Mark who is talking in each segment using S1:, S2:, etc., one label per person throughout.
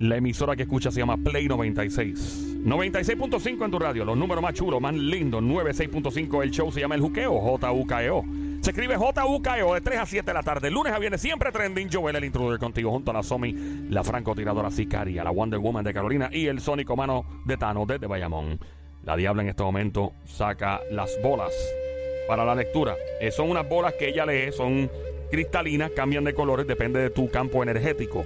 S1: La emisora que escucha se llama Play 96. 96.5 en tu radio, los números más chulos, más lindos. 96.5 el show se llama El Juqueo, J-U-K-E-O. E Se escribe J-U-K-E-O E de 3 a 7 de la tarde. Lunes a viernes siempre trending. Joel, el intruder contigo, junto a la Somi, la francotiradora sicaria, la Wonder Woman de Carolina y el sónico mano de Tano desde Bayamón. La diabla en este momento saca las bolas para la lectura. Eh, son unas bolas que ella lee, son cristalinas, cambian de colores, depende de tu campo energético.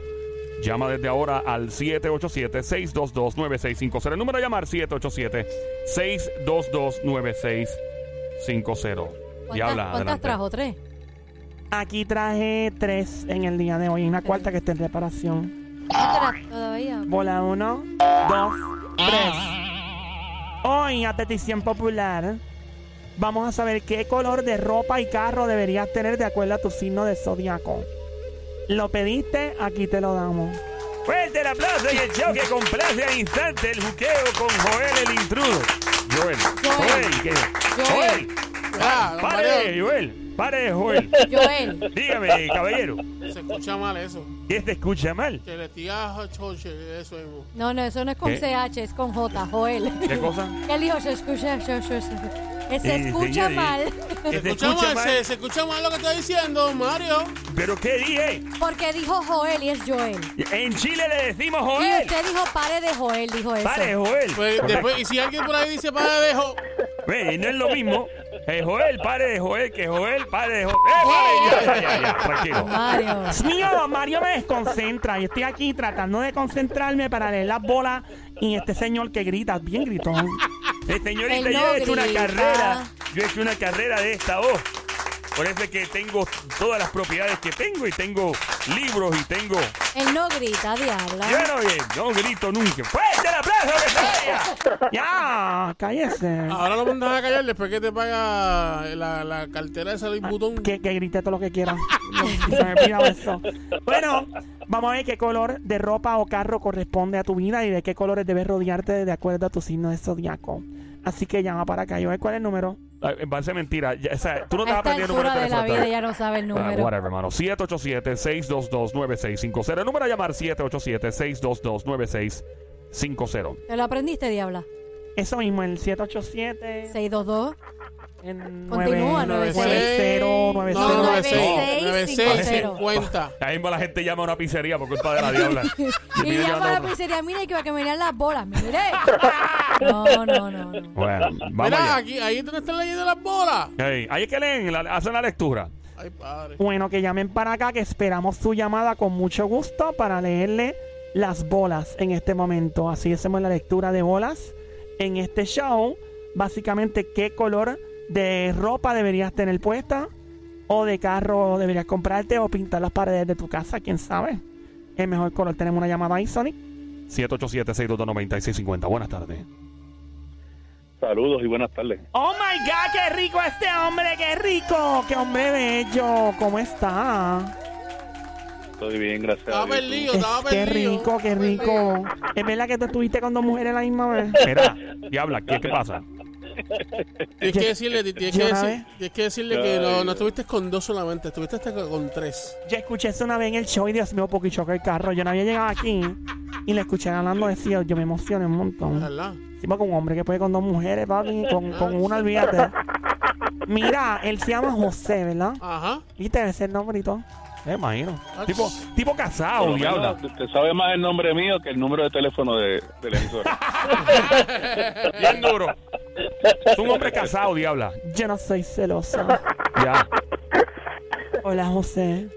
S1: Llama desde ahora al 787-622-9650. El número a llamar 787-622-9650. Y habla.
S2: ¿Cuántas trajo? ¿Tres?
S3: Aquí traje tres en el día de hoy. Una cuarta que está en reparación.
S2: ¿Cuántas todavía?
S3: Bola uno, dos, tres. Hoy, a petición popular, vamos a saber qué color de ropa y carro deberías tener de acuerdo a tu signo de zodiaco. Lo pediste, aquí te lo damos.
S1: Fuerte el aplauso y el show que complace al instante el buqueo con Joel el intruso. Joel. Joel. ¿qué? Joel.
S4: Ah, don
S1: Pare,
S4: Mario,
S1: Joel. Pare, Joel.
S2: Joel.
S1: Dígame, caballero.
S4: se escucha mal eso.
S1: ¿Qué te escucha mal?
S4: Que le tira a Choche, eso mismo.
S2: No, no, eso no es con
S1: ¿Qué?
S2: CH, es con J, Joel.
S1: ¿Qué cosa?
S2: Él dijo, se escucha, se, se- se- se
S1: Eh,
S2: escucha
S1: señores,
S2: mal.
S1: ¿Qué
S4: Se
S1: te
S4: escucha,
S1: escucha
S4: mal,
S1: mal?
S4: Se, se escucha mal lo que está diciendo, don Mario.
S1: ¿Pero qué dije?
S2: Porque dijo Joel y es Joel.
S1: En Chile le decimos
S2: Y
S1: Joel.
S2: usted dijo, pare de Joel, dijo eso.
S1: Pare, Joel.
S4: Pues, después, y si alguien por ahí dice para dejo,
S1: Ve, no es lo mismo. Eh, Joel, pare de Joel, que Joel, pare de Joel. ¡Eh, pare! Ya, ya, ya, ya, tranquilo.
S2: Mario.
S3: Dios mío, don Mario me desconcentra. Yo estoy aquí tratando de concentrarme para leer las bolas y este señor que grita, bien gritón.
S1: Eh, señorita,
S2: Él no
S1: yo he hecho una
S2: grita.
S1: carrera.
S2: ah.
S1: Yo he hecho una carrera de esta voz. Por eso es que tengo todas las propiedades que tengo y tengo libros y tengo.
S2: Él no grita, diabla.
S1: Yo no, eh, no grito nunca. ¡Fuerte el aplauso que se vaya!
S3: Ya, cállese.
S4: ahora lo mandan a callar después que te paga la, la cartera de salir botón.
S3: Que, que grite todo lo que quiera. No, se me olvidaba eso. Bueno, vamos a ver qué color de ropa o carro corresponde a tu vida y de qué colores debes rodearte de acuerdo a tu signo de zodiaco. Así que llama para acá. Yo ver cuál es el número.
S1: Ay, Va a ser mentira. Ya, o sea, tú no te vas
S2: a
S1: a
S2: esta
S1: perder el número
S2: altura de la
S1: teléfono.
S2: vida ya no sabe el
S1: Ah,
S2: número.
S1: whatever, hermano. 787-622-9650. El número a llamar 787-622-9650.
S2: ¿Te lo aprendiste, diabla?
S3: Eso mismo, el 787.
S2: 622.
S3: en
S2: Continúa,
S3: 960,
S4: No, no,
S3: 960.
S4: 96. 96,
S2: 96.
S4: 50.
S1: Ah, Ahí mismo la gente llama a una pizzería por culpa de la diabla.
S2: Y
S1: Mira,
S2: llama a la
S1: no.
S2: pizzería, mire que va a caminar las bolas, mire. No, no, no, no.
S1: Bueno, vamos
S4: Mira,
S1: allá.
S4: aquí, ahí es donde está leyendo las bolas.
S1: Hey, ahí es que leen, la- hacen la lectura.
S4: Ay, padre.
S3: Bueno, que llamen para acá, que esperamos su llamada con mucho gusto para leerle las bolas en este momento. Así hacemos la lectura de bolas en este show. Básicamente, qué color de ropa deberías tener puesta o de carro deberías comprarte o pintar las paredes de tu casa, quién sabe. El mejor color. Tenemos una llamada ahí, Sonic.
S1: 787-622-9650. Buenas tardes.
S5: Saludos y buenas tardes.
S3: ¡Oh, my God! ¡Qué rico este hombre! ¡Qué rico! ¡Qué hombre bello! ¿Cómo está?
S5: Estoy bien, gracias. a
S4: Estaba
S5: Dios.
S4: perdido,
S3: Es-
S4: estaba
S3: qué
S4: perdido.
S3: rico, qué rico. Es verdad que tú estuviste con dos mujeres la misma vez.
S1: Mira, diabla, ¿qué, qué pasa?
S4: Tienes que decirle, tienes
S3: Yo
S4: que,
S3: una
S4: decir, tienes que decirle que
S5: Ay,
S4: no, no
S5: Dios.
S4: estuviste con dos solamente, estuviste hasta con tres.
S3: Yo escuché eso una vez en el show y Dios mío, porque choqué el carro. Yo no había llegado aquí y le escuché hablando de cielo. Yo me emocioné un montón.
S4: ¿Verdad?
S3: Encima con un hombre que puede con dos mujeres, papi, con, con una, olvídate. Mira, él se llama José, ¿verdad?
S4: Ajá.
S3: Y te ves el nombre y todo.
S1: Me imagino.
S4: Ah,
S1: Tipo, tipo
S5: Por
S1: casado,
S5: lo
S1: diabla.
S5: menos Te sabe más el nombre mío que el número de teléfono de, de la emisora.
S4: eh.
S1: Bien duro. Es un hombre casado, diabla.
S3: Yo no soy celosa.
S1: Ya.
S3: Hola, José.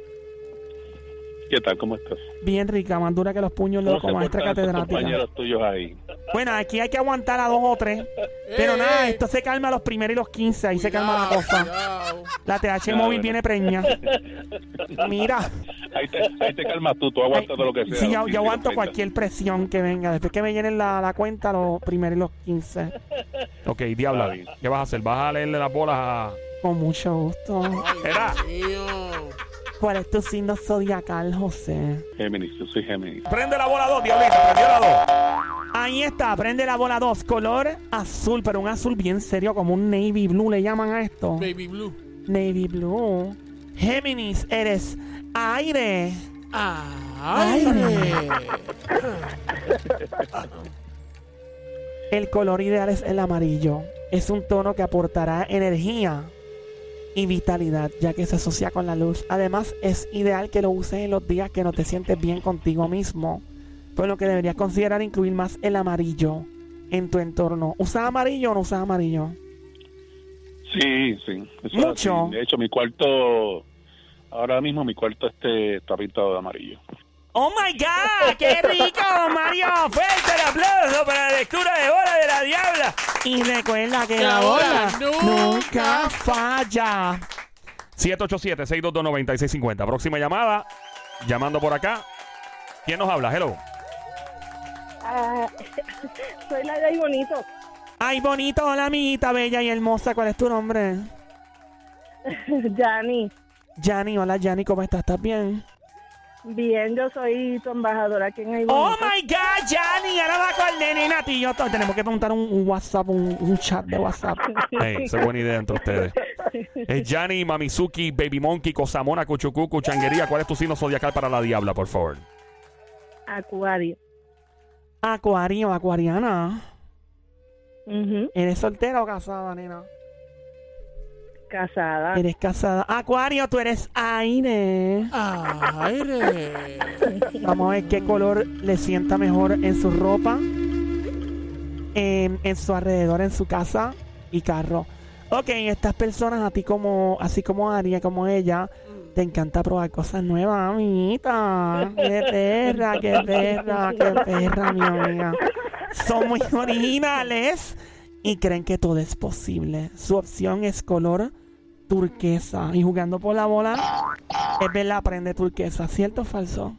S5: ¿Qué tal? ¿Cómo estás?
S3: Bien rica, más dura que los puños
S5: ¿Cómo
S3: locos,
S5: se
S3: maestra
S5: portan tus
S3: catedrática.
S5: compañeros tuyos ahí.
S3: Bueno, aquí hay que aguantar a dos o tres. Pero
S4: Ey,
S3: nada,
S5: Eh.
S4: ey.
S3: esto se calma los primeros y los 15. Ahí se calma la
S4: Cuidado,
S3: cosa.
S4: cuidado.
S3: La TH
S5: Ah,
S3: móvil
S5: bueno.
S3: viene preña. Mira.
S5: Ahí te, ahí te calmas tú, tú aguantas todo lo que sea.
S3: Sí, yo,
S5: los
S3: yo aguanto
S5: 15, 30.
S3: cualquier presión que venga. Después que me llenen la, la cuenta, los primeros y los 15.
S1: Ok, diabla,
S5: Está bien.
S1: ¿qué vas a hacer? ¿Vas a leerle las bolas a.?
S3: Con mucho gusto.
S4: Ay,
S1: Era.
S4: Dios mío.
S3: ¿Cuál es tu signo zodiacal, José?
S5: Géminis, yo soy Géminis.
S1: Prende la bola 2, diablita, prendió la 2.
S3: Ahí está, prende la bola 2. Color azul, pero un azul bien serio, como un navy blue le llaman a esto.
S4: Baby Blue.
S3: Navy blue. Géminis, eres aire.
S4: ¡Aire!
S3: El color ideal es el amarillo. Es un tono que aportará energía y vitalidad, ya que se asocia con la luz. Además, es ideal que lo uses en los días que no te sientes bien contigo mismo. Por lo que deberías considerar incluir más el amarillo en tu entorno. ¿Usas amarillo o no usas amarillo?
S5: Sí, sí. eso es
S3: Mucho.
S5: así. De hecho, mi cuarto, ahora mismo mi cuarto este está pintado de amarillo.
S3: ¡Oh my God! ¡Qué rico, Mario! ¡Fuerte el aplauso para la lectura de Bola de la Diabla! Y recuerda que la bola nunca falla.
S1: 787-622-9650. Próxima llamada. Llamando por acá. ¿Quién nos habla? Hello.
S6: Ah, soy la de ahí bonito.
S3: Ay, bonito, hola amiguita bella y hermosa. ¿Cuál es tu nombre?
S6: Yani,
S3: Yanni, hola Yanni, ¿cómo estás? ¿Estás bien?
S6: bien, yo soy tu embajadora aquí en ahí
S3: ¡Oh
S6: bonito.
S3: my God, Yanni! Ahora va con Nene Nati y yo. to- Tenemos que montar un, un WhatsApp, un, un chat de WhatsApp.
S1: Hey, esa es buena idea entre ustedes. Es Yanni, Mamizuki, Baby Monkey, Cosamona, Cuchucucu, Changuería. ¿Cuál es tu signo zodiacal para la Diabla, por favor?
S6: Acuario.
S3: Acuario, acuariana.
S6: Ujú,
S3: ¿Eres soltera o casada, nena?
S6: Casada.
S3: Eres casada. Acuario, tú eres aire.
S4: ¡Aire!
S3: Vamos a ver qué color le sienta mejor en su ropa, en, en su alrededor, en su casa y carro. Ok, estas personas, a ti como, así como Aria, como ella, te encanta probar cosas nuevas, amiguita. Qué perra, qué perra, qué perra, mi amiga. Son muy originales y creen que todo es posible. Su opción es color turquesa. Y jugando por la bola, es ver la prende turquesa. ¿Cierto o falso?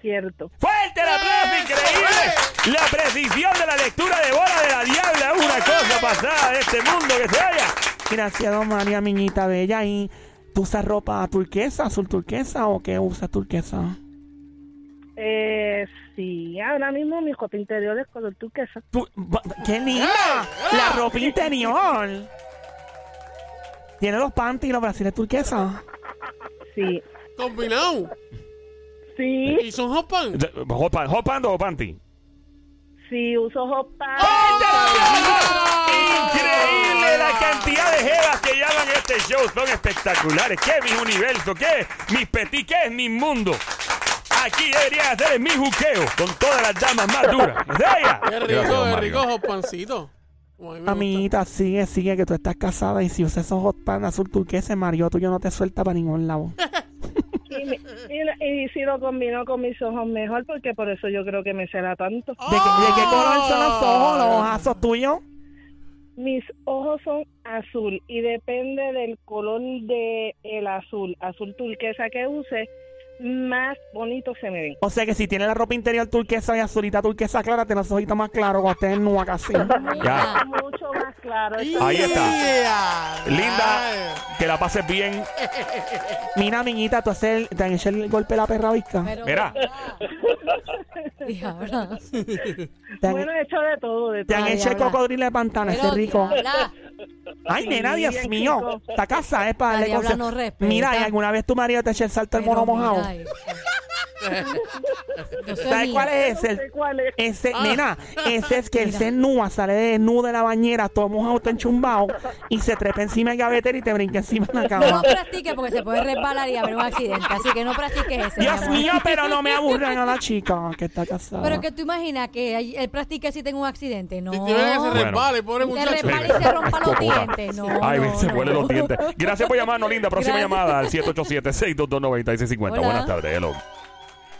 S6: Cierto.
S1: ¡Fuerte el aplauso! ¡Increíble! La precisión de la lectura de bola de la diabla es una cosa pasada de este mundo que se vaya.
S3: Gracias, don María, miñita bella. ¿Y tú usas ropa turquesa, azul turquesa o qué usas turquesa?
S6: Eh, sí, ahora mismo mi ropa interior es color turquesa.
S3: Tu- ba- ¡Qué linda! La ropa interior. Tiene los panties y los brasiles turquesa.
S6: Sí.
S4: ¿Combinado?
S6: Sí,
S4: ¿Y son hot pan?
S1: ¿Hopan, hopando o panty?
S6: sí, uso ropa.
S4: Oh
S1: Increíble la cantidad de jevas que llaman este show. Son espectaculares. ¿Qué es mi universo? ¿Qué es mi petit? ¿Qué es mi mundo? Aquí debería hacer el mi juqueo con todas las damas más duras. ¡Vaya!
S4: ¡Qué rico,
S1: Gracias, don
S4: qué
S1: Mario.
S4: rico hot pancito! Como a mí me gusta.
S3: Amiguita, sigue, sigue, que tú estás casada y si usas esos hot pan azul turquesa, Mario, tuyo no te suelta para ningún lado.
S6: Y, me- y- y si lo combino con mis ojos mejor, porque por eso yo creo que me será tanto.
S3: ¿De, qué- de qué color son los ojos, los ojazos tuyos?
S6: Mis ojos son azul y depende del color de el azul, azul turquesa que use, más bonito se me ven.
S3: O sea que si tienes la ropa interior turquesa y azulita turquesa clara, tenés los ojitos más claros cuando estés en nua casi.
S1: Ya.
S6: Mucho más claro.
S1: Ahí está.
S4: ¡Ya!
S1: Linda, que la pases bien.
S3: Mira, miñita, tú haces el, te han hecho el golpe de la perra visca.
S2: Pero,
S1: Mira.
S2: Diabla.
S3: Te han,
S6: Bueno, he hecho de todo, de
S3: te
S6: todo.
S3: han
S2: Ay,
S3: hecho el
S2: habla.
S3: cocodrilo de pantano, ese
S2: Pero,
S3: es rico.
S2: diabla.
S3: Ay, nena,
S6: Sí,
S3: Dios
S6: bien
S3: mío.
S6: rico.
S3: Esta casa es para
S2: La
S3: darle
S2: diabla
S3: consejos.
S2: no respeta.
S3: Mira, ¿y alguna vez tu marido te echa el salto al
S2: Pero
S3: mono
S2: mira
S3: mojado?
S2: eso. No sé
S3: ¿Sabes
S2: ni-
S3: cuál es
S6: No
S3: ese?
S6: sé cuál es.
S3: Ese,
S4: Ah.
S3: nena, ese es que él
S2: Mira.
S3: se nua, sale desnudo de la bañera, todo mojado, todo enchumbado, y se trepa encima del gavetero y te brinca encima de la
S2: No
S3: cama.
S2: practique porque se puede resbalar y haber un accidente. Así que no practiques ese. mi
S3: Dios
S2: amor.
S3: mío, pero no me aburran a la chica que está casada.
S2: Pero que tú imaginas que ahí él practique si tengo un accidente. No.
S4: Si te ven que se
S1: Bueno.
S4: resbale, pobre
S2: Se
S4: muchacho.
S2: resbala y Eh, se rompa los
S1: Cocota.
S2: dientes. No,
S1: Ay,
S2: no,
S1: se
S2: no.
S1: huelen los dientes. Gracias por llamarnos, linda. Próxima
S2: Gracias.
S1: llamada al 787-622-9650.
S2: Hola.
S1: Buenas tardes, hello.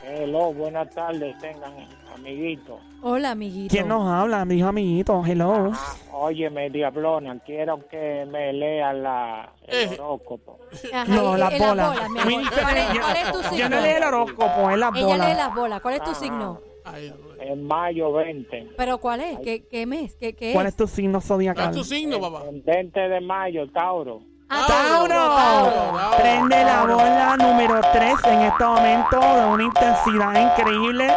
S7: Hello, buenas tardes, tengan amiguitos.
S2: Hola, amiguito.
S3: ¿Quién nos habla? Mi hijo amiguito, hello.
S7: Ah, óyeme, diablona, quiero que me lea la,
S4: Eh.
S7: el horóscopo.
S2: Ajá,
S3: No,
S2: y-
S3: las
S2: y
S3: bolas.
S2: mi amor.
S3: Mira,
S2: ¿Cuál, es,
S3: yo-
S2: cuál es tu signo?
S3: Yo no leo el horóscopo, es la
S2: Ella lee
S3: bola.
S2: las bolas. ¿Cuál es tu
S7: Ah.
S2: signo?
S4: Ay,
S7: En mayo 20,
S2: ¿Pero cuál es? ¿Qué, qué mes? ¿Qué, qué
S3: ¿Cuál
S2: es?
S3: es tu signo
S4: ¿Cuál es
S3: zodiacal?
S4: tu signo, papá?
S7: el 20 de mayo, Tauro.
S2: Ah,
S4: Tauro.
S3: Prende la bola número 3 en este momento de una intensidad increíble.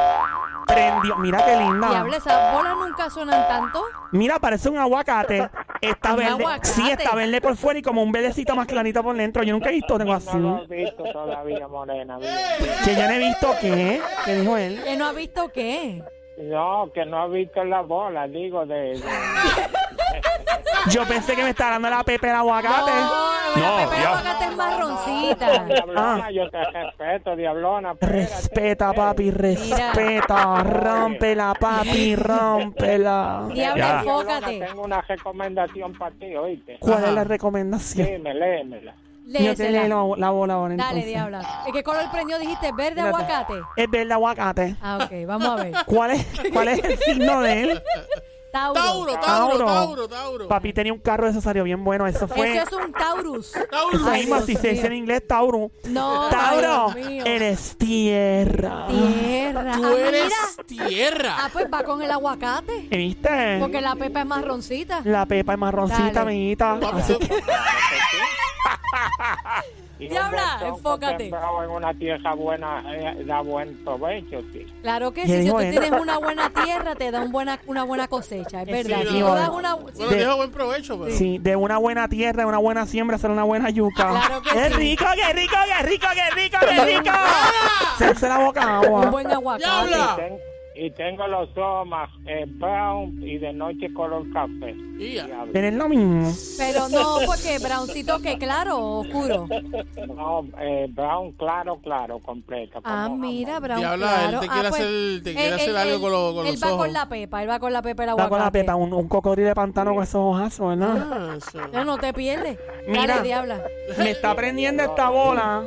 S3: Prendió. Mira qué linda.
S2: Diabla, esas bolas nunca suenan tanto.
S3: Mira, parece un aguacate. Está
S2: Un
S3: verde.
S2: aguacate.
S3: Sí, está verde por fuera y como un verdecito más clarito por dentro. Yo nunca he visto, tengo
S7: No lo
S3: azul.
S7: has visto todavía, morena. bien.
S3: Que yo no he visto qué. ¿Qué dijo él?
S2: ¿Que no ha visto qué?
S7: No, que no has visto la bola, digo, de... de-
S3: Yo pensé que me estaba dando la pepe el aguacate.
S2: No,
S1: No,
S2: la pepera
S1: ya.
S2: aguacate es marroncita.
S7: Diablona, yo te respeto, Diablona. espérate.
S3: Respeta, papi, respeta. Rómpela, papi, rómpela.
S2: Diablo,
S1: Ya.
S7: Diablona,
S2: enfócate.
S7: tengo una recomendación para ti, oíste.
S3: ¿Cuál es
S4: Ajá.
S3: la recomendación?
S7: Léeme, léemela.
S3: Yo te leo
S2: Léesela.
S3: la, la bola ahora
S2: Dale,
S3: entonces.
S2: diabla. ¿Y ¿Qué color prendió dijiste? ¿Verde
S3: Espérate.
S2: aguacate?
S3: Es verde aguacate.
S2: Ah, ok, vamos a ver.
S3: ¿Cuál es, ¿Cuál es el signo de él?
S2: Tauro.
S4: Tauro, Tauro,
S3: Tauro.
S4: Tauro, Tauro.
S3: Papi tenía un carro de cesario bien bueno. Eso fue.
S2: Ese es un Taurus.
S4: Tauro.
S2: Ay,
S3: Eso Pues- mismo,
S2: Dios
S3: si se dice
S2: mío.
S3: en inglés, Tauro.
S2: No,
S3: Tauro,
S2: Dios mío.
S3: eres tierra.
S2: Tierra.
S4: Tú
S2: Ah,
S4: eres
S2: mira. Ah,
S4: tierra.
S2: pues va con el aguacate.
S3: ¿Y ¿Viste?
S2: Porque la pepa es marroncita.
S3: La pepa es marroncita,
S2: Dale.
S3: amiguita.
S2: ah,
S4: Papi,
S3: Así-
S7: Y un
S2: Diabla,
S7: bolsón
S2: enfócate.
S7: contemplado en una tierra buena eh, da buen provecho, sí.
S2: Claro que
S3: ¿Qué
S2: sí, si
S3: dijo
S2: tú
S3: él?
S2: tienes una buena tierra, te da un buena, una buena cosecha, es
S3: Sí,
S2: verdad.
S4: no,
S2: Si tú
S4: no.
S2: das una-
S4: Bueno,
S3: De-
S4: deja buen provecho, pero.
S3: Sí, de una buena tierra, de una buena siembra, hacer una buena yuca.
S2: Claro que
S3: ¡Qué
S2: sí.
S3: rico, qué rico, qué rico, qué rico, qué rico! Se hace la boca
S2: un
S3: agua.
S2: buen aguacate.
S4: Diabla. Ah.
S7: Ten- y tengo los ojos más eh, brown y de noche color café.
S4: Ya.
S7: Diablo.
S3: Tienen lo mismo.
S2: Pero no, porque browncito que claro o oscuro.
S7: No, eh, brown claro, claro, completo.
S2: Ah,
S7: como
S2: mira,
S7: jamón.
S2: brown
S4: Diabla, él
S2: claro.
S4: te
S2: Ah,
S4: quiere
S2: pues,
S4: hacer- te quiere
S2: él-
S4: hacer
S2: él-
S4: algo
S2: él-
S4: con lo- con
S2: Él
S4: los
S2: va
S4: ojos.
S2: con la pepa, él va con la pepa el
S3: Va
S2: aguacate.
S3: con la pepa, un, un cocodrilo de pantano con esos ojazos, ¿verdad?
S4: Ah, eso.
S2: No, no te pierdes.
S3: Mira.
S2: Dale, diabla.
S3: Me está prendiendo esta bola.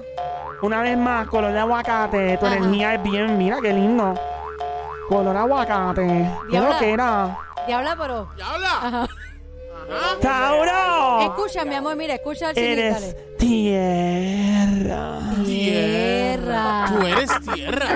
S3: Una vez más, color de aguacate. Tu
S2: Ajá.
S3: energía es bien, mira qué lindo. Color aguacate. ¿Qué
S2: Diabla.
S3: lo que era?
S2: Diabla, pero...
S4: Diabla.
S2: Ajá.
S3: ¡Tauro!
S2: Escucha, mi amor, mira, escucha al chinito,
S3: Oh. Eres
S2: dale.
S3: tierra.
S2: Tierra.
S4: Tú eres tierra.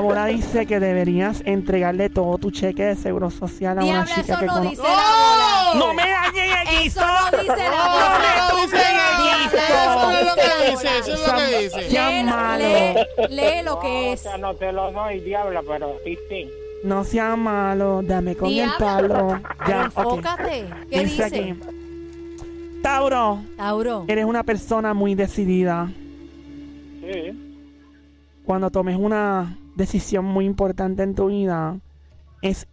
S3: bola dice que deberías entregarle todo tu cheque de seguro social a una
S2: Diabla,
S3: chica
S2: eso
S3: que
S2: no dice
S3: conoces.
S2: la bola.
S4: ¡Oh!
S3: ¡No me dañen el guiso!
S2: Eso no dice la
S4: No
S2: bola.
S4: me
S3: tumben el
S4: dice Eso es lo que dice, eso es lo que
S3: Sam-
S4: dice.
S3: Sean
S2: Lee, lo-
S3: malos.
S2: lee, lee lo
S7: No,
S2: que
S7: o
S2: es.
S7: sea, no te lo doy, diabla, pero sí, sí.
S3: No sea malo, dame con el
S2: Diabla.
S3: palo.
S2: Pero
S3: Ya, ok.
S2: enfócate. ¿Qué dice?
S3: Dice aquí. Tauro,
S2: Tauro.
S3: eres una persona muy decidida.
S7: Sí,
S3: Cuando tomes una decisión muy importante en tu vida, es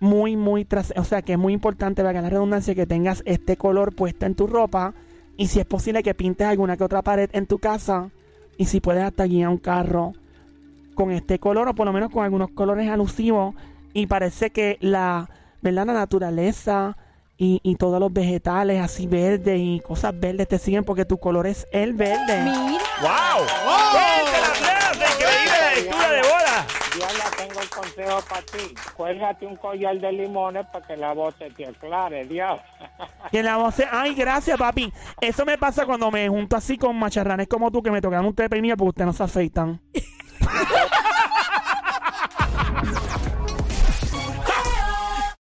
S3: muy, muy, tras- o sea, que es muy importante, para la redundancia, que tengas este color puesto en tu ropa y si es posible que pintes alguna que otra pared en tu casa y si puedes hasta guiar un carro con este color o por lo menos con algunos colores alusivos y parece que la, ¿verdad? la naturaleza y, y todos los vegetales así verdes y cosas verdes te siguen porque tu color es el verde.
S2: Mira.
S1: ¡Wow! ¡Fuerte el aplauso! ¡Increíble la lectura de bola!
S7: diabla, tengo el consejo para ti. Cuélgate un collar de limones para que la voz se te aclare, diabla.
S3: Que la voz se- Ay, gracias, papi. Eso me pasa cuando me junto así con macharranes como tú que me tocan un té de peinilla porque ustedes no se afeitan.